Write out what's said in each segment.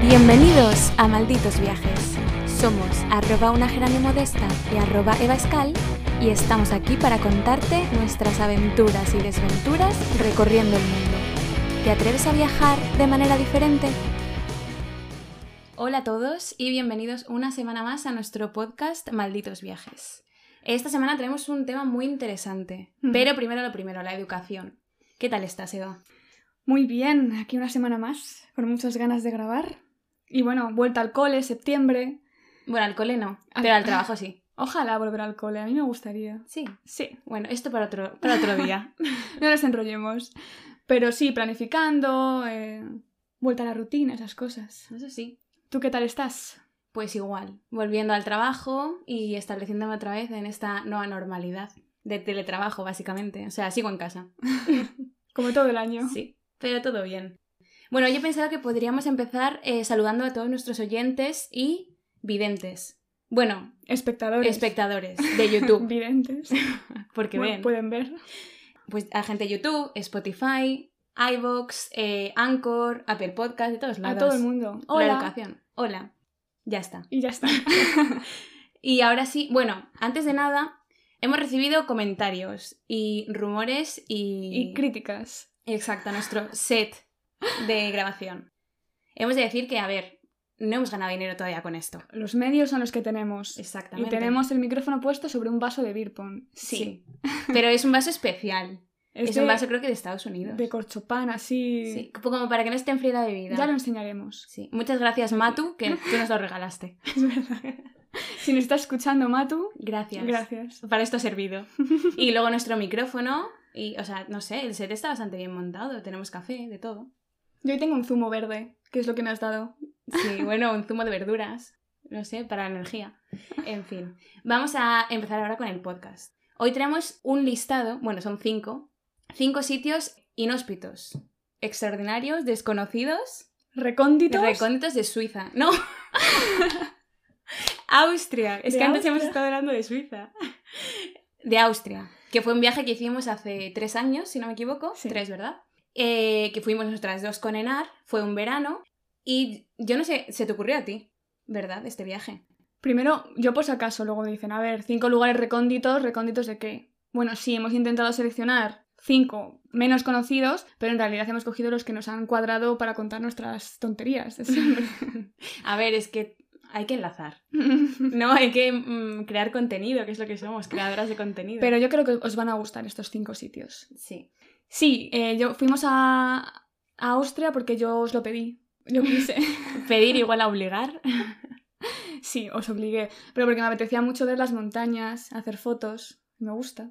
Bienvenidos a Malditos Viajes. Somos arroba una gerane modesta y arroba Eva Escal y estamos aquí para contarte nuestras aventuras y desventuras recorriendo el mundo. ¿Te atreves a viajar de manera diferente? Hola a todos y bienvenidos una semana más a nuestro podcast Malditos Viajes. Esta semana tenemos un tema muy interesante, Mm. pero primero lo primero, la educación. ¿Qué tal estás, Eva? Muy bien, aquí una semana más, con muchas ganas de grabar. Y bueno, vuelta al cole, septiembre. Bueno, al cole no, Al- pero al trabajo sí. Ojalá volver al cole, a mí me gustaría. Sí. Sí, Bueno, esto para otro, para otro día. no nos enrollemos. Pero sí, planificando, eh, vuelta a la rutina, esas cosas. Eso sí. ¿Tú qué tal estás? Pues igual, volviendo al trabajo y estableciéndome otra vez en esta nueva normalidad de teletrabajo, básicamente. O sea, sigo en casa. Como todo el año. Sí, pero todo bien. Bueno, yo pensaba que podríamos empezar eh, saludando a todos nuestros oyentes y videntes. Bueno, Espectadores. espectadores de YouTube, Videntes. porque Bueno, ven. Pueden ver. Pues a gente de YouTube, Spotify, iVoox, eh, Anchor, Apple Podcast, de todos A lados. todo el mundo. La Hola. educación. Hola. Ya está. Y ya está. Y ahora sí, bueno, antes de nada, hemos recibido comentarios y rumores y... y críticas. Exacto, nuestro set de grabación. Hemos de decir que, a ver, no hemos ganado dinero todavía con esto. Los medios son los que tenemos. Y Exactamente. tenemos el micrófono puesto sobre un vaso de beer pong. Sí. Pero es un vaso especial. Es, de- un vaso creo que de Estados Unidos. de corchopán, así. Sí, como para que no esté en fría la bebida. Ya lo enseñaremos. Sí. Muchas gracias, Matu, que tú nos lo regalaste. Es verdad. si nos está escuchando Matu, Gracias. gracias. Para esto ha servido. Y luego nuestro micrófono. Y, o sea, no sé, el set está bastante bien montado. Tenemos café, de todo. Yo hoy tengo un zumo verde, que es lo que me has dado. Sí, bueno, un zumo de verduras, no sé, para la energía. En fin, vamos a empezar ahora con el podcast. Hoy tenemos un listado, bueno, son cinco, cinco sitios inhóspitos, extraordinarios, desconocidos, Recónditos. recónditos de Suiza. No, Austria. Es ¿De que antes Austria? hemos estado hablando de Suiza. De Austria, que fue un viaje que hicimos hace tres años, si no me equivoco. Sí. Tres, ¿verdad? Eh, que fuimos nosotras dos con Enar, fue un verano. Y yo no sé, se te ocurrió a ti, ¿verdad? Este viaje. Primero, yo por si acaso, luego dicen, a ver, cinco lugares recónditos, recónditos de qué. Bueno, sí, hemos intentado seleccionar cinco menos conocidos, pero en realidad hemos cogido los que nos han cuadrado para contar nuestras tonterías de siempre. A ver, es que hay que enlazar. No, hay que mm, crear contenido, que es lo que somos, creadoras de contenido. pero yo creo que os van a gustar estos cinco sitios. Sí. Sí, eh, yo fuimos a, a Austria porque yo os lo pedí. Yo quise. Pedir igual a obligar. sí, os obligué. Pero porque me apetecía mucho ver las montañas, hacer fotos. Me gusta.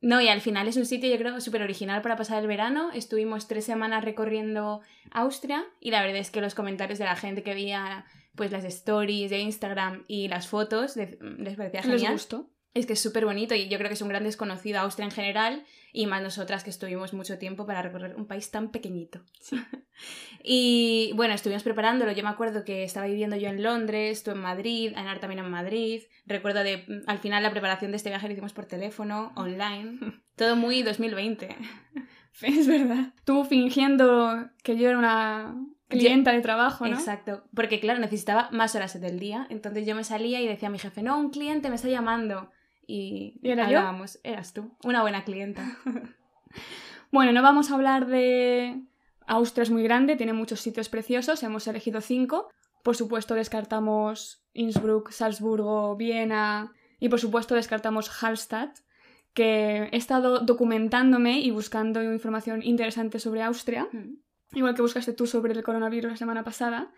No, y al final es un sitio, yo creo, súper original para pasar el verano. Estuvimos tres semanas recorriendo Austria y la verdad es que los comentarios de la gente que veía pues las stories de Instagram y las fotos de- les parecía Les genial. gustó. Es que es súper bonito y yo creo que es un gran desconocido Austria en general y más nosotras que estuvimos mucho tiempo para recorrer un país tan pequeñito. y bueno, estuvimos preparándolo. Yo me acuerdo que estaba viviendo yo en Londres, tú en Madrid, Anar también en Madrid. Recuerdo de, mm, al final la preparación de este viaje lo hicimos por teléfono, online. Todo muy 2020. Es verdad. Tú fingiendo que yo era una clienta de trabajo, ¿no? Exacto, porque claro, necesitaba más horas del día. Entonces yo me salía y decía a mi jefe, no, un cliente me está llamando. Y, ¿Y era yo? hablábamos, eras tú, una buena clienta. Bueno, no vamos a hablar de... Austria es muy grande, tiene muchos sitios preciosos, hemos elegido cinco. Por supuesto, descartamos Innsbruck, Salzburgo, Viena y por supuesto descartamos Hallstatt, que he estado documentándome y buscando información interesante sobre Austria, Mm. igual que buscaste tú sobre el coronavirus la semana pasada.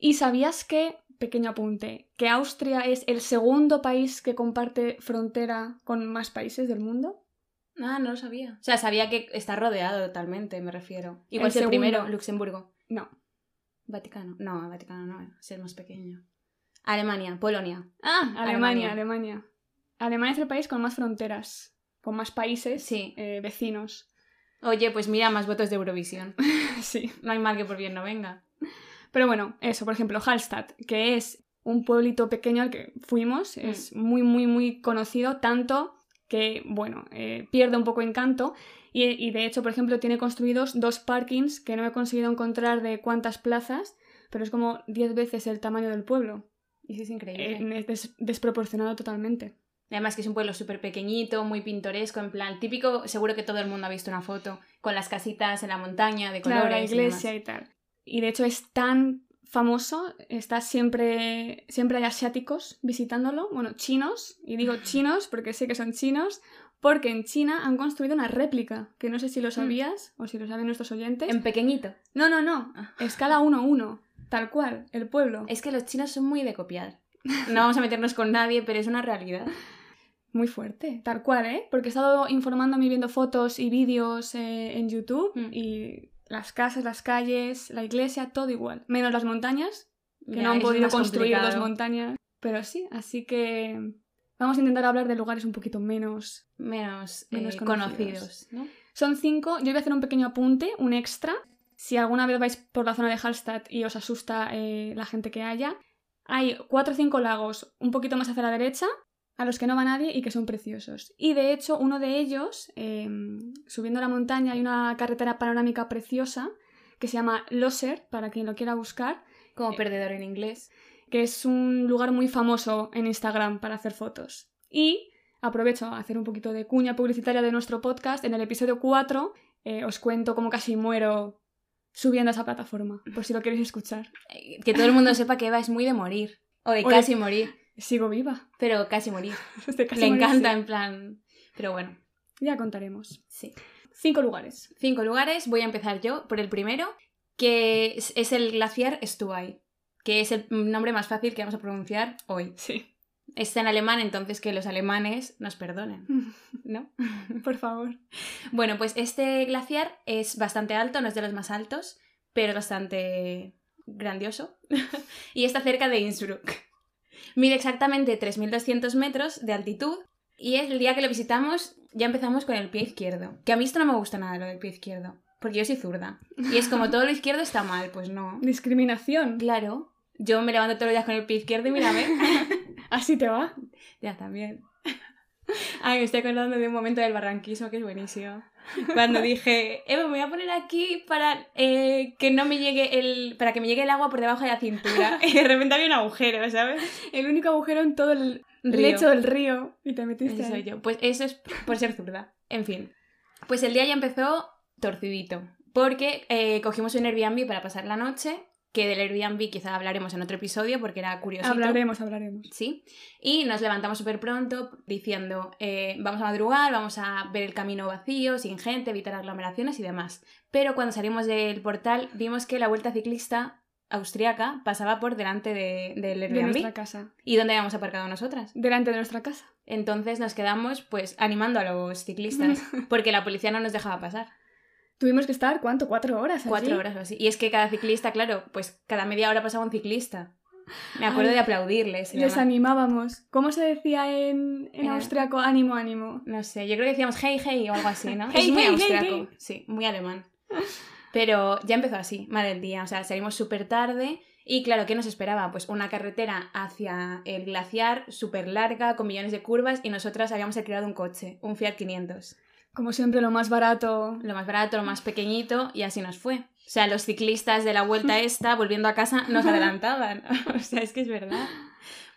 Y sabías que, pequeño apunte, que Austria es el segundo país que comparte frontera con más países del mundo. Ah, no lo sabía. O sea, sabía que está rodeado totalmente, me refiero. Igual El que el segundo. primero, Luxemburgo. No, Vaticano. No, Vaticano no, eh, es el más pequeño. Alemania, Polonia. Ah, Alemania, Alemania. Alemania es el país con más fronteras, con más países Sí. eh, vecinos. Oye, pues mira, más votos de Eurovisión. sí. No hay mal que por bien no venga. Pero bueno, eso, por ejemplo, Hallstatt, que es un pueblito pequeño al que fuimos, es muy, muy, muy conocido, tanto que, bueno, eh, pierde un poco encanto. Y, y de hecho, por ejemplo, tiene construidos dos parkings que no he conseguido encontrar de cuántas plazas, pero es como 10 veces el tamaño del pueblo. Y sí, es increíble. Eh, es des- desproporcionado totalmente. Además que es un pueblo súper pequeñito, muy pintoresco, en plan típico, seguro que todo el mundo ha visto una foto con las casitas en la montaña de colores. Claro, la y iglesia demás. y tal. Y de hecho es tan famoso, está siempre, siempre hay asiáticos visitándolo, bueno, chinos, y digo chinos porque sé que son chinos, porque en China han construido una réplica, que no sé Mm. si lo sabías o si lo saben nuestros oyentes. En pequeñito. No, no, Em, no, Ah. Eh. escala 1-1, tal cual, el pueblo. Es que los chinos son muy de copiar. No vamos a meternos con nadie, pero es una realidad. Muy fuerte, tal cual, ¿eh? Porque he estado informándome y viendo fotos y vídeos eh, en YouTube Mm. y las casas, las calles, la iglesia, todo igual, menos las montañas, que Ya, no han eso es podido más construir las complicado. montañas. Pero sí, así que vamos a intentar hablar de lugares un poquito menos. menos, Menos eh, conocidos. conocidos. ¿no? Son cinco. Yo voy a hacer un pequeño apunte, un extra. Si alguna vez vais por la zona de Hallstatt y os asusta eh, la gente que haya, hay cuatro o cinco lagos un poquito más hacia la derecha a los que no va nadie y que son preciosos. Y de hecho, uno de ellos, eh, subiendo la montaña, hay una carretera panorámica preciosa que se llama Loser, para quien lo quiera buscar. Como perdedor en inglés. que es un lugar muy famoso en Instagram para hacer fotos. Y aprovecho a hacer un poquito de cuña publicitaria de nuestro podcast. En el episodio 4 eh, os cuento cómo casi muero subiendo a esa plataforma, por si lo queréis escuchar. Eh, Que todo el mundo sepa que Eva es muy de morir. O de O de- casi morir. Sigo viva. Pero casi morir. Este casi Le morir, encanta, en plan. Pero bueno, sí. Ya contaremos. sí. Cinco lugares. Cinco lugares. Voy a empezar yo por el primero, que es, es el glaciar Stuai, que es el nombre más fácil que vamos a pronunciar hoy. Sí. Está en alemán, entonces que los alemanes nos perdonen, ¿no? Por favor. Bueno, pues este glaciar es bastante alto, no es de los más altos, pero es bastante grandioso. y está cerca de Innsbruck. Mide exactamente 3.200 metros de altitud y el día que lo visitamos ya empezamos con el pie izquierdo. Que a mí esto no me gusta nada, lo del pie izquierdo, porque yo soy zurda. Y es como todo lo izquierdo está mal, pues no. Discriminación. Claro, yo me levanto todos los días con el pie izquierdo y mírame. Así te va. Ya, también. Ay, me estoy acordando de un momento del barranquismo que es buenísimo. Cuando dije, Eva, me voy a poner aquí para eh, que no me llegue el. para que me llegue el agua por debajo de la cintura. Y de repente había un agujero, ¿sabes? El único agujero en todo el Río. lecho del río. Y te metiste Ese ahí. soy yo. Pues eso es por ser zurda. En fin. Pues el día ya empezó torcidito. Porque eh, cogimos un Airbnb para pasar la noche. Que del Airbnb quizá hablaremos en otro episodio porque era curiosito. Hablaremos, hablaremos. ¿sí? Y nos levantamos súper pronto diciendo, eh, vamos a madrugar, vamos a ver el camino vacío, sin gente, evitar aglomeraciones y demás. Pero cuando salimos del portal vimos que la vuelta ciclista austriaca pasaba por delante de- del De Airbnb nuestra casa. y donde habíamos aparcado nosotras. Delante de nuestra casa. Entonces nos quedamos pues animando a los ciclistas porque la policía no nos dejaba pasar. ¿Ah, Tuvimos que estar, ¿cuánto? ¿Cuatro horas? allí? Cuatro horas o así. Y es que cada ciclista, claro, pues cada media hora pasaba un ciclista. Me acuerdo Ay, de aplaudirles. y Les demás. animábauamos. ¿Cómo se decía en, en Eh. austriaco? Ánimo, ánimo. No sé, yo creo que decíamos hey, hey o algo así, ¿no? Hey, es muy hey, hey, austriaco. hey. Sí, muy alemán. Pero ya empezó así, mal el día. O sea, salimos súper tarde y claro, ¿qué nos esperaba? Pues una carretera hacia el glaciar súper larga, con millones de curvas y nosotras habíamos alquilado un coche, un Fiat 500. Como siempre, lo más barato. Lo más barato, lo más pequeñito y así nos fue. O sea, los ciclistas de la vuelta esta, volviendo a casa, nos adelantaban. O sea, es que es verdad.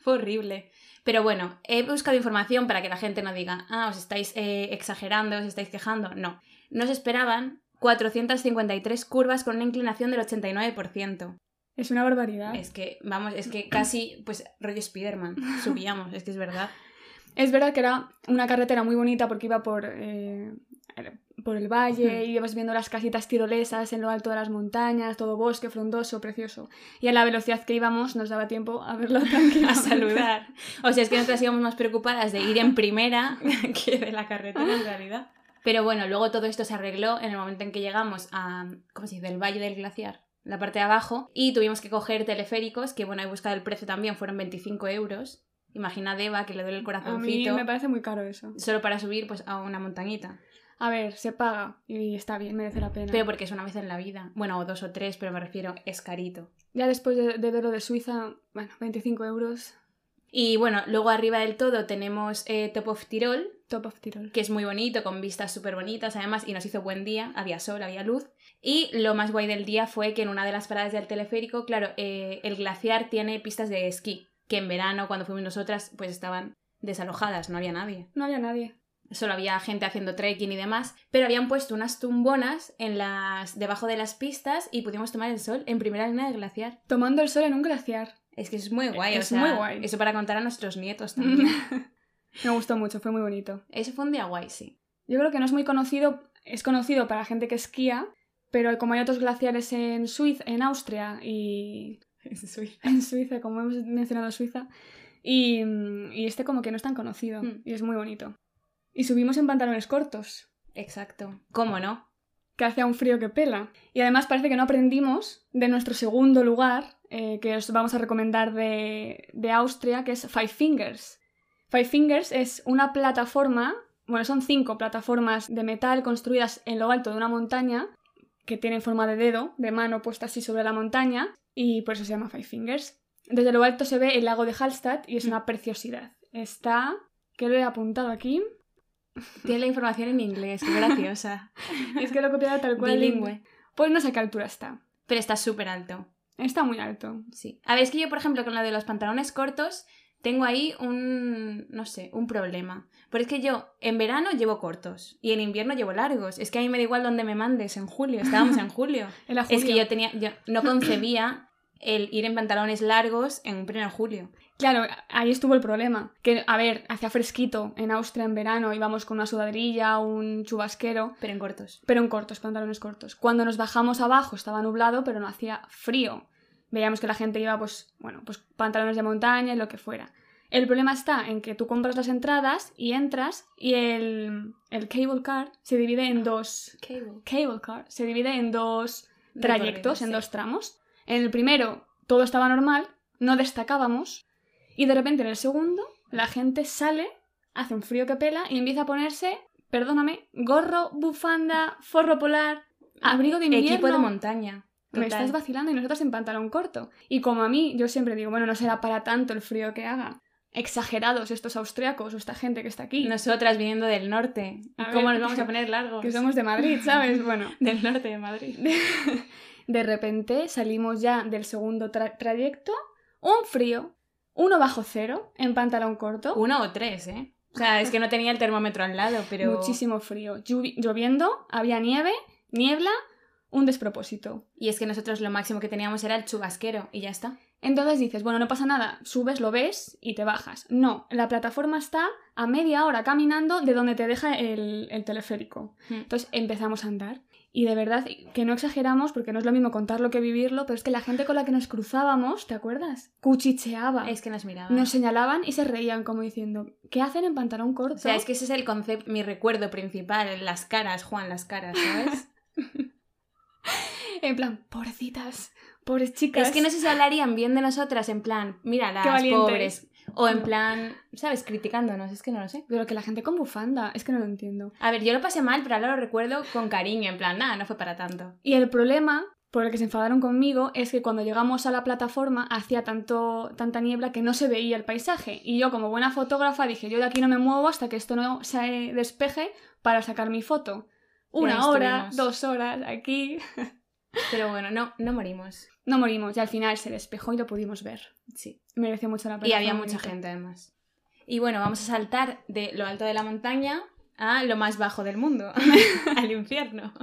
Fue horrible. Pero bueno, he buscado información para que la gente no diga, ah, os estáis eh, exagerando, os estáis quejando. No. Nos esperaban 453 curvas con una inclinación del 89%. Es una barbaridad. Es... Es que, vamos, es que casi, pues, rollo Spiderman. Subíamos, es que es verdad. verdad que era una carretera muy bonita porque iba por, eh, por el valle y ibas viendo las casitas tirolesas en lo alto de las montañas, todo bosque frondoso, precioso. Y a la velocidad que íbamos nos daba tiempo a verlo tranquilo. a saludar. O sea, es que nosotras íbamos más preocupadas de ir en primera que de la carretera en realidad. Pero bueno, luego todo esto se arregló en el momento en que llegamos a, ¿cómo se dice?, el Valle del Glaciar, la parte de abajo, y tuvimos que coger teleféricos, que bueno, he buscado el precio también, fueron 25 euros. Imagina a Eva que le duele el A mí corazoncito me parece muy caro eso. solo para subir pues a una montañita. A ver, se paga y está bien, merece la pena. Pero porque es una vez en la vida. Bueno, o dos o tres, pero me refiero, es carito. Ya después de, de verlo de Suiza, bueno, 25 euros. Y bueno, luego arriba del todo tenemos eh, Top of Tirol, Top of Tirol. que es muy bonito, con vistas súper bonitas además, y nos hizo buen día, había sol, había luz. Y lo más guay del día fue que en una de las paradas del teleférico, claro, eh, el glaciar tiene pistas de esquí, que en verano, cuando fuimos nosotras, pues estaban desalojadas, no había nadie. No había nadie. Solo había gente haciendo trekking y demás, pero habían puesto unas tumbonas en las debajo de las pistas y pudimos tomar el sol en primera línea del glaciar. Tomando el sol en un glaciar. Es que es muy guay, Es o sea, muy guay. eso para contar a nuestros nietos también. Me gustó mucho, fue muy bonito. Ese fue un día guay, sí. Yo creo que no es muy conocido, es conocido para gente que esquía, pero como hay otros glaciares en Suiza, en Austria y en Suiza, como hemos mencionado Suiza, y, mm, y este como que no es tan conocido Mm. y es muy bonito. Y subimos en pantalones cortos, Exacto. ¿Cómo no? que hacía un frío que pela. Y además parece que no aprendimos de nuestro segundo lugar, eh, que os vamos a recomendar de, de Austria, que es Five Fingers. Five Fingers es una plataforma, bueno, son cinco plataformas de metal construidas en lo alto de una montaña, que tienen forma de dedo, de mano puesta así sobre la montaña, y por eso se llama Five Fingers. Desde lo alto se ve el lago de Hallstatt y es una preciosidad. Está, que lo he apuntado aquí, Tiene la información en inglés, qué graciosa. es que lo he copiado tal cual. Bilingüe. Pues no sé a qué altura está. Pero está súper alto. Está muy alto. Sí. A ver, es que yo, por ejemplo, con lo de los pantalones cortos, tengo ahí un, no sé, un problema. Porque es que yo en verano llevo cortos y en invierno llevo largos. Es que a mí me da igual dónde me mandes en julio. Estábamos en julio. Era Es que julio. yo tenía, yo no concebía el ir en pantalones largos en pleno julio. Claro, ahí estuvo el problema. Que, a ver, hacía fresquito en Austria en verano, íbamos con una sudadrilla, un chubasquero, Pero en cortos. pero en cortos, pantalones cortos. Cuando nos bajamos abajo estaba nublado, pero no hacía frío. Veíamos que la gente iba, pues, bueno, pues pantalones de montaña y lo que fuera. El problema está en que tú compras las entradas y entras y el, el cable car se divide en dos... Cable car se divide en dos trayectos en Recorrido, sí. dos tramos. En el primero todo estaba normal, no destacábamos, y de repente en el segundo la gente sale, hace un frío que pela y empieza a ponerse, perdóname, gorro, bufanda, forro polar, abrigo de invierno. Ah, Equipo de montaña. Me Total. estás vacilando y nosotros en pantalón corto. Y como a mí, yo siempre digo, bueno, no será para tanto el frío que haga. Exagerados estos austriacos o esta gente que está aquí, Nosotras viniendo del norte. A ¿Cómo ver. nos vamos a poner largos? que somos de Madrid, ¿sabes? Bueno. del norte de Madrid. De repente salimos ya del segundo tra- trayecto, un frío, uno bajo cero, en pantalón corto, Uno o tres, ¿eh? O sea, es que no tenía el termómetro al lado, pero. muchísimo frío, lluvi- lloviendo, había nieve, niebla, un despropósito. Y es que nosotros lo máximo que teníamos era el chubasquero y ya está. Entonces dices, bueno, no pasa nada, subes, lo ves y te bajas. No, la plataforma está a media hora caminando de donde te deja el, el teleférico. Entonces empezamos a andar. Y de verdad, que no exageramos, porque no es lo mismo contarlo que vivirlo, pero es que la gente con la que nos cruzábamos, ¿te acuerdas? Cuchicheaba. Es que nos miraban. Nos señalaban y se reían como diciendo, ¿qué hacen en pantalón corto? O sea, es que ese es el concepto, mi recuerdo principal, las caras, Juan, las caras, ¿sabes? En plan, pobrecitas, pobres chicas. es que no sé si hablarían bien de nosotras, en plan, mira, Qué las valientes. pobres. O en No. plan, ¿sabes? Criticándonos, es que no lo sé. Pero que la gente con bufanda, es que no lo entiendo. A ver, yo lo pasé mal, pero ahora lo recuerdo con cariño, en plan, nada, no fue para tanto. Y el problema por el que se enfadaron conmigo es que cuando llegamos a la plataforma hacía tanto, tanta niebla que no se veía el paisaje. Y yo como buena fotógrafa dije, yo de aquí no me muevo hasta que esto no se despeje para sacar mi foto. Una ahí hora, estuvimos. dos horas, aquí. Pero bueno, no, no morimos. No morimos y al final se despejó y lo pudimos ver. Sí. Mereció mucho la pena. Y fue había muy mucha bonito. gente además. Y bueno, vamos a saltar de lo alto de la montaña a lo más bajo del mundo, al infierno.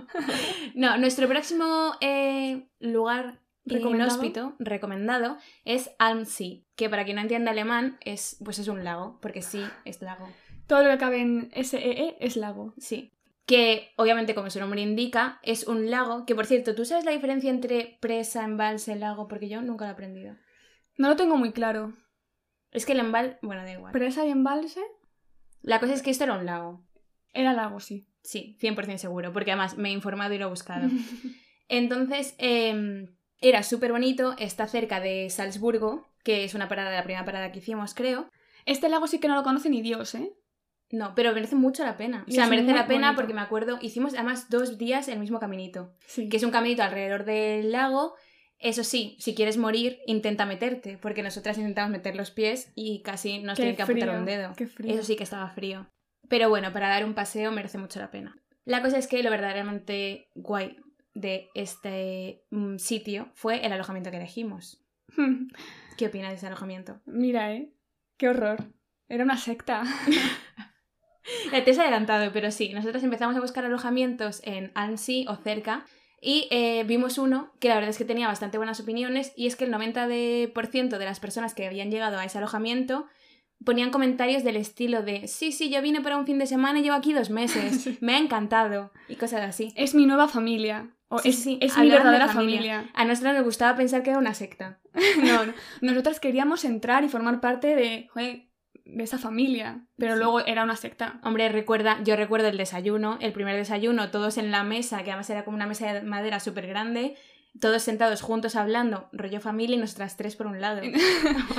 No, nuestro próximo eh, lugar ¿Recomendado? inhóspito recomendado es Almsee, que para quien no entienda alemán es pues es un lago, porque sí es lago, Todo lo que cabe en SEE es lago. sí. Que obviamente como su nombre indica es un lago, que por cierto, ¿tú sabes la diferencia entre presa, embalse, lago? Porque yo nunca lo he aprendido. No lo tengo muy claro. Es que el embal, bueno, da igual. Presa y embalse La cosa es que esto era un lago. era lago, sí. Sí, 100% seguro, porque además me he informado y lo he buscado. Entonces, eh, era súper bonito, está cerca de Salzburgo, que es una parada, la primera parada que hicimos, creo. Este lago sí que no lo conoce ni Dios, ¿eh? No, pero merece mucho la pena. O Y sea, es merece muy la pena bonito. porque me acuerdo, hicimos además dos días el mismo caminito, Sí. que es un caminito alrededor del lago. Eso sí, si quieres morir, intenta meterte, porque nosotras intentamos meter los pies y casi nos tienen que apuntar un dedo. Qué frío. Eso sí que estaba frío. Pero bueno, para dar un paseo merece mucho la pena. La cosa es que lo verdaderamente guay de este mm, sitio fue el alojamiento que elegimos. ¿Qué opinas de ese alojamiento? Mira, ¿eh? Qué horror. Era una secta. Eh, Te has adelantado, pero sí, nosotros empezamos a buscar alojamientos en Almsea o cerca y eh, vimos uno que la verdad es que tenía bastante buenas opiniones y es que el 90% de, por ciento de las personas que habían llegado a ese alojamiento ponían comentarios del estilo de sí, sí, yo vine para un fin de semana y llevo aquí dos meses, me ha encantado y cosas así. Es mi nueva familia. O Sí, es sí, es mi hablaban de verdadera familia. familia. A nosotros nos gustaba pensar que era una secta. No, no. Nosotras queríamos entrar y formar parte de, joder, de esa familia. Pero Sí. luego era una secta. Hombre, recuerda, yo recuerdo el desayuno, el primer desayuno, todos en la mesa, que además era como una mesa de madera súper grande, todos sentados juntos hablando, rollo familia y nuestras tres por un lado.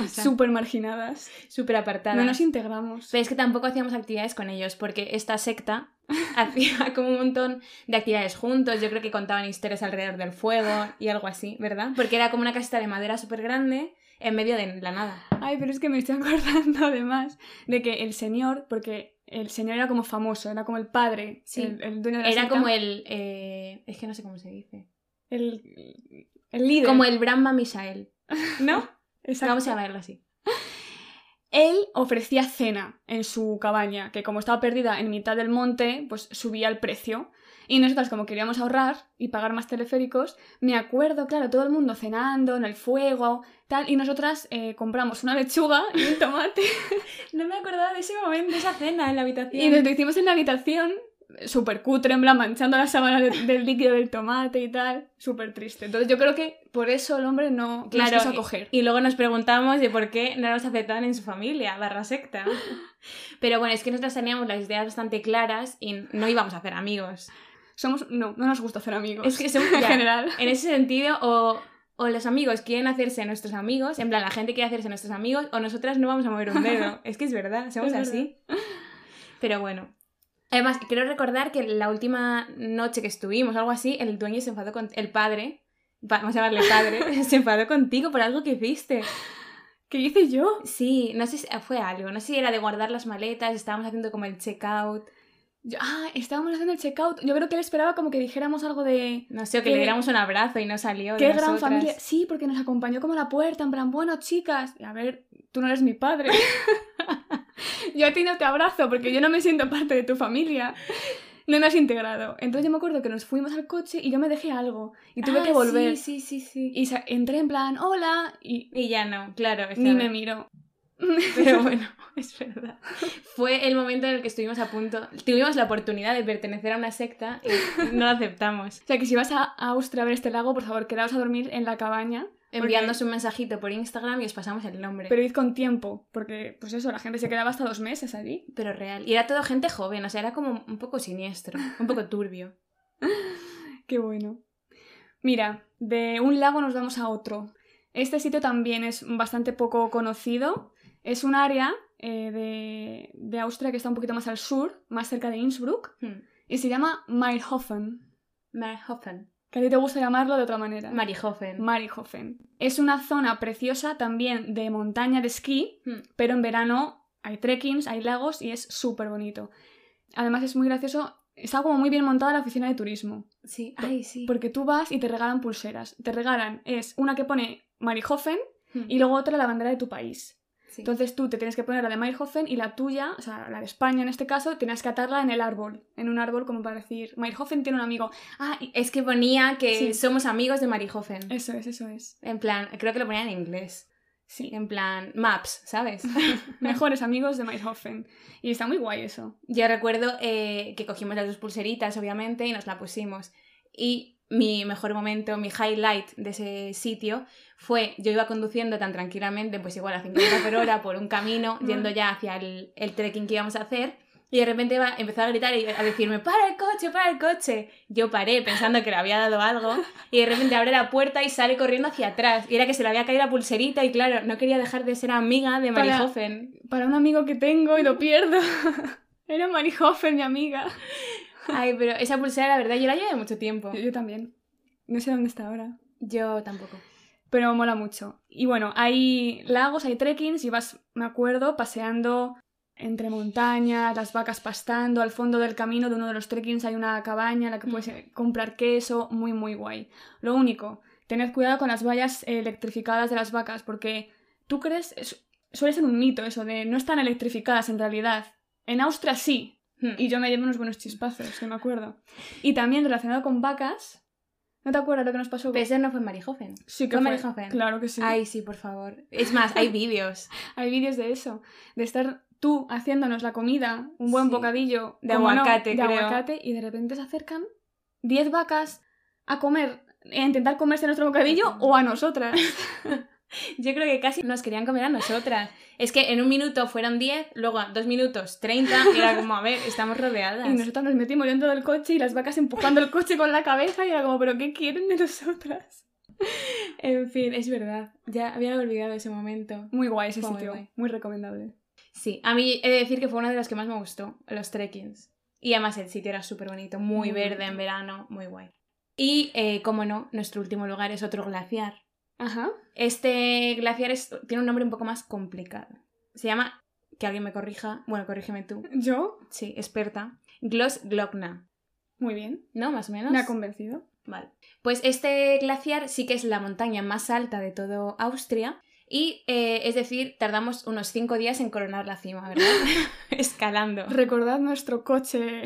O sea, Súper marginadas. Súper apartadas. No nos integramos. Pero es que tampoco hacíamos actividades con ellos, porque esta secta hacía como un montón de actividades juntos. Yo creo que contaban historias alrededor del fuego y algo así, ¿verdad? Porque era como una casita de madera súper grande en medio de la nada. Ay, pero es que me estoy acordando además de que el señor, porque el señor era como famoso, era como el padre, Sí. el, el dueño de la Era secta, como el. eh, es que no sé cómo se dice. el, el líder. Como el Brahma Misael. ¿No? Exacto. Vamos a verlo así. Él ofrecía cena en su cabaña, que como estaba perdida en mitad del monte, pues subía el precio. Y nosotras, como queríamos ahorrar y pagar más teleféricos, me acuerdo, claro, todo el mundo cenando en el fuego, tal, y nosotras eh, compramos una lechuga y un tomate. No me acordaba de ese momento, esa cena en la habitación. Y nos lo hicimos en la habitación, súper cutre, en plan, manchando la sábana de- del líquido del tomate y tal, súper triste. Entonces yo creo que por eso el hombre no Claro, nos quiso acoger. Y luego nos preguntamos de por qué no nos aceptaban en su familia, barra secta. Pero bueno, es que nosotras teníamos las ideas bastante claras y no íbamos a hacer amigos. Somos, no, no nos gusta hacer amigos. Es que somos- en ya. general. En ese sentido, o, o los amigos quieren hacerse nuestros amigos, en plan, la gente quiere hacerse nuestros amigos, o nosotras no vamos a mover un dedo. Es que es verdad, somos Es verdad. así. Pero bueno. Además, quiero recordar que la última noche que estuvimos, algo así, el dueño se enfadó con... El padre, va- vamos a llamarle padre, se enfadó contigo por algo que hiciste. ¿Qué hice yo? Sí, no sé si eh, fue algo, no sé si era de guardar las maletas, estábamos haciendo como el checkout, Yo- Ah, estábamos haciendo el checkout. Yo creo que él esperaba como que dijéramos algo de... no sé, o que Qué- le diéramos un abrazo y no salió. de ¡Qué gran nosotras. familia! Sí, porque nos acompañó como a la puerta, en plan, bueno, chicas, a ver, tú no eres mi padre. yo a ti no te abrazo porque yo no me siento parte de tu familia. No me has integrado. Entonces yo me acuerdo que nos fuimos al coche y yo me dejé algo. Y tuve Ah, que volver. Sí, sí, sí, sí. Y sa- entré en plan, hola, y Y, ya no, claro. es ni que- me miró. Pero bueno, es verdad. Fue el momento en el que estuvimos a punto, tuvimos la oportunidad de pertenecer a una secta y no la aceptamos. O sea que si vas a a Austria a ver este lago, por favor, quedaos a dormir en la cabaña. Enviándonos un mensajito por Instagram y os pasamos el nombre. Pero id con tiempo, porque pues eso, la gente se quedaba hasta dos meses allí. Pero real. Y era todo gente joven, o sea, era como un poco siniestro, un poco turbio. Qué bueno. Mira, de un lago nos vamos a otro. Este sitio también es bastante poco conocido. Es un área eh, de, de Austria que está un poquito más al sur, más cerca de Innsbruck, Hmm. y se llama Mairhofen, Marihofen. que a ti te gusta llamarlo de otra manera. Marihofen. Marihofen. Es una zona preciosa también de montaña de esquí, Hmm. pero en verano hay trekkings, hay lagos y es súper bonito. Además es muy gracioso, está como muy bien montada la oficina de turismo. Sí, ay, sí. Porque tú vas y te regalan pulseras. Te regalan, es una que pone Marihofen Hmm. y luego otra la bandera de tu país. Sí. Entonces tú te tienes que poner la de Marihofen y la tuya, o sea, la de España en este caso, tienes que atarla en el árbol. En un árbol como para decir, Marihofen tiene un amigo. Ah, y es que ponía que Sí. Eh. somos amigos de Marihofen. Eso es, eso es. En plan, creo que lo ponía en inglés. Sí. En plan, maps, ¿sabes? Mejores amigos de Marihofen. Y está muy guay eso. Yo recuerdo eh, que cogimos las dos pulseritas, obviamente, y nos la pusimos. Y mi mejor momento, mi highlight de ese sitio fue, yo iba conduciendo tan tranquilamente, pues igual a 50 por hora, por un camino, yendo ya hacia el, el trekking que íbamos a hacer. Y de repente va, empezó a gritar y a decirme, para el coche, para el coche. Yo paré pensando que le había dado algo y de repente abre la puerta y sale corriendo hacia atrás. Y era que se le había caído la pulserita y claro, no quería dejar de ser amiga de Para- Marihofen. Para un amigo que tengo y lo pierdo. Era Marihofen, mi amiga. Ay, pero esa pulsera, la verdad, yo la llevé mucho tiempo. Yo, yo también. No sé dónde está ahora. Yo tampoco. pero mola mucho. Y bueno, hay lagos, hay trekkings y vas, me acuerdo, paseando entre montañas, las vacas pastando, al fondo del camino de uno de los trekkings hay una cabaña en la que puedes eh, comprar queso, muy muy guay. Lo único, tened cuidado con las vallas eh, electrificadas de las vacas, porque tú crees, es- suele ser un mito eso de no están electrificadas en realidad. En Austria sí, Hmm. y yo me llevo unos buenos chispazos, que me acuerdo. Y también relacionado con vacas, ¿no te acuerdas lo que nos pasó? Pero ese no fue en Marihofen. sí fue Marihofen. Claro que sí. Ay, sí, por favor. Es más, hay vídeos. Hay vídeos de eso, de estar tú haciéndonos la comida, un buen Sí. bocadillo De cómo no, aguacate, de creo. aguacate, y de repente se acercan 10 vacas a comer, a intentar comerse nuestro bocadillo o a nosotras. Yo creo que casi nos querían comer a nosotras. Es que en un minuto fueron 10, luego dos minutos 30, y era como, a ver, estamos rodeadas. Y nosotras nos metimos dentro del coche y las vacas empujando el coche con la cabeza y era como, ¿pero qué quieren de nosotras? En fin, es verdad. Ya había olvidado ese momento. Muy guay ese Muy sitio, guay. muy recomendable. Sí, a mí he de decir que fue una de las que más me gustó, los trekkings. Y además el sitio era súper bonito, muy Muy verde bonito. en verano, muy guay. Y, eh, como no, nuestro último lugar es otro glaciar. Ajá. Este glaciar es- tiene un nombre un poco más complicado. Se llama, que alguien me corrija, bueno, corrígeme tú, ¿Yo? sí, experta, Gloss Glockna, Muy bien. ¿no? Más o menos. Me ha convencido. Vale. Pues este glaciar sí que es la montaña más alta de todo Austria. Y eh, es decir, tardamos unos cinco días en coronar la cima, ¿verdad? Escalando. Recordad nuestro coche.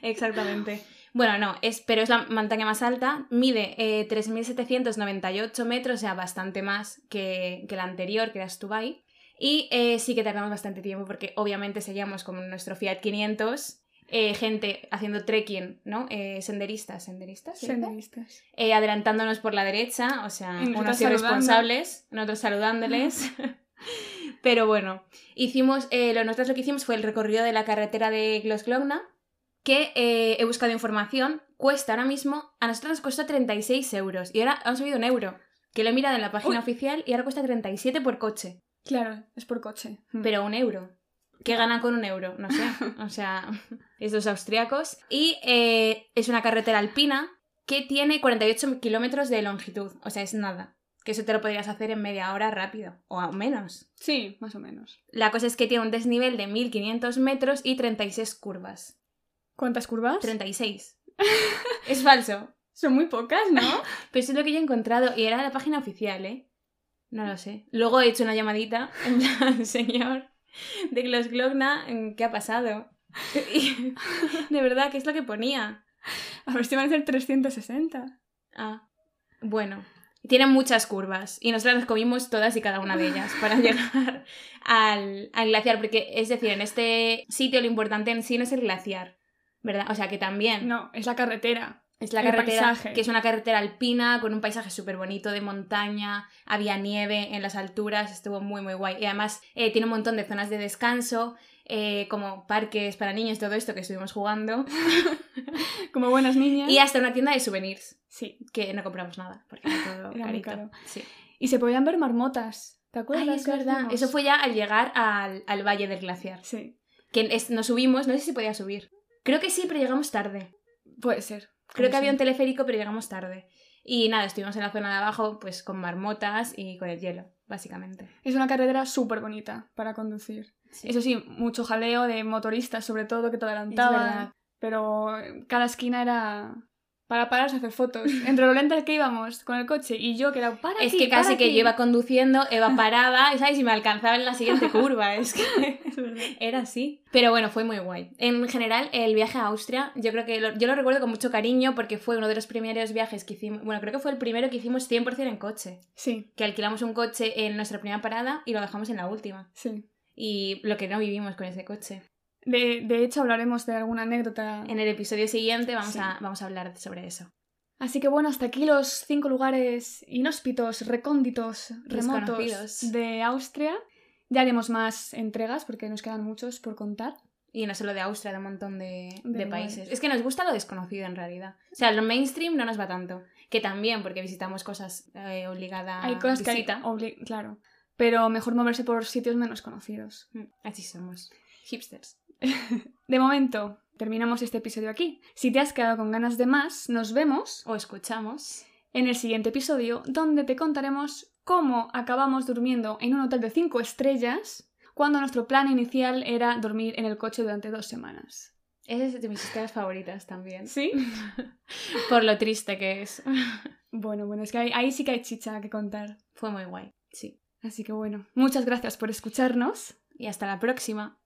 Exactamente. Bueno, no, es, pero es la montaña más alta. Mide eh, 3.798 metros, o sea, bastante más que, que la anterior, que era Stubai. Y eh, sí que tardamos bastante tiempo porque obviamente seguíamos con nuestro Fiat 500, eh, gente haciendo trekking, ¿no? Eh, senderistas, senderistas. ¿se dice? Senderistas. eh, adelantándonos por la derecha, o sea, Y nosotras unos saludando. irresponsables, nosotros saludándoles. Pero bueno, hicimos, eh, lo, nosotros lo que hicimos fue el recorrido de la carretera de Glosglogna, que eh, he buscado información, cuesta ahora mismo, a nosotros nos cuesta 36 euros, y ahora han subido un euro, que lo he mirado en la página Uy. oficial y ahora cuesta 37 por coche, Claro, es por coche. pero un euro. ¿Qué ganan con un euro? No sé. O sea, estos austriacos. Y eh, es una carretera alpina que tiene 48 kilómetros de longitud. O sea, es nada. Que eso te lo podrías hacer en media hora rápido. O aún menos. Sí, más o menos. La cosa es que tiene un desnivel de 1500 metros y 36 curvas. ¿Cuántas curvas? 36. es falso. Son muy pocas, ¿no? Pero eso es lo que yo he encontrado. Y era la página oficial, ¿eh? No lo sé. Luego he hecho una llamadita en plan, señor, de Gloss Glogna, mm, ¿qué ha pasado? Y, de verdad, ¿qué es lo que ponía? A ver si van a ser 360. Ah, bueno. Tienen muchas curvas y nosotras las comimos todas y cada una de ellas para llegar al, al glaciar, porque es decir, en este sitio lo importante en sí no es el glaciar, ¿verdad? O sea que también No, es la carretera. es la el carretera, paisaje. que es una carretera alpina con un paisaje súper bonito de montaña, había nieve en las alturas, estuvo muy muy guay y además eh, tiene un montón de zonas de descanso, eh, como parques para niños, todo esto que estuvimos jugando Como buenas niñas. y hasta una tienda de souvenirs, Sí. que no compramos nada porque era todo Era muy carito. caro. Sí. Y se podían ver marmotas. ¿Te acuerdas? Ay, es que verdad. hacíamos? Eso fue ya al llegar al, al valle del glaciar. Sí. Que es- nos subimos, no sé si podía subir. Creo que sí, pero llegamos tarde. Puede ser. Creo que había un siempre. teleférico, pero llegamos tarde. Y nada, estuvimos en la zona de abajo, pues con marmotas y con el hielo, básicamente. Es una carretera súper bonita para conducir. Eso sí, mucho jaleo de motoristas, sobre todo, que te verdad. adelantaban. Pero cada esquina era para pararse a hacer fotos. Entre lo lentas que íbamos con el coche y yo, que era para es aquí, que casi para que aquí". yo iba conduciendo, Eva paraba, ¿sabes? Y me alcanzaba en la siguiente curva. Es que Es verdad. era así. Pero bueno, fue muy guay. En general, el viaje a Austria, yo creo que lo- yo lo recuerdo con mucho cariño porque fue uno de los primeros viajes que hicimos. Bueno, creo que fue el primero que hicimos 100% en coche. Sí, que alquilamos un coche en nuestra primera parada y lo dejamos en la última. sí. Y lo que no vivimos con ese coche. De, de hecho, hablaremos de alguna anécdota. En el episodio siguiente vamos, Sí. a, vamos a hablar sobre eso. Así que bueno, hasta aquí los cinco lugares inhóspitos, recónditos, remotos Desconocidos. de Austria. Ya haremos más entregas porque nos quedan muchos por contar. Y no solo de Austria, de un montón de, De de lugares. países. Es que nos gusta lo desconocido en realidad. O sea, lo mainstream no nos va tanto. Que también, porque visitamos cosas eh, obligada hay cosas que hay- visita. obli- claro. Pero mejor moverse por sitios menos conocidos. Mm, Así somos. Hipsters. De momento, terminamos este episodio aquí. Si te has quedado con ganas de más, nos vemos O escuchamos. en el siguiente episodio donde te contaremos cómo acabamos durmiendo en un hotel de cinco estrellas cuando nuestro plan inicial era dormir en el coche durante dos semanas. Esa es de mis historias favoritas también. ¿Sí? Por lo triste que es. Bueno, bueno, es que ahí, ahí sí que hay chicha que contar. Fue muy guay. Sí. Así que bueno, muchas gracias por escucharnos. Y hasta la próxima.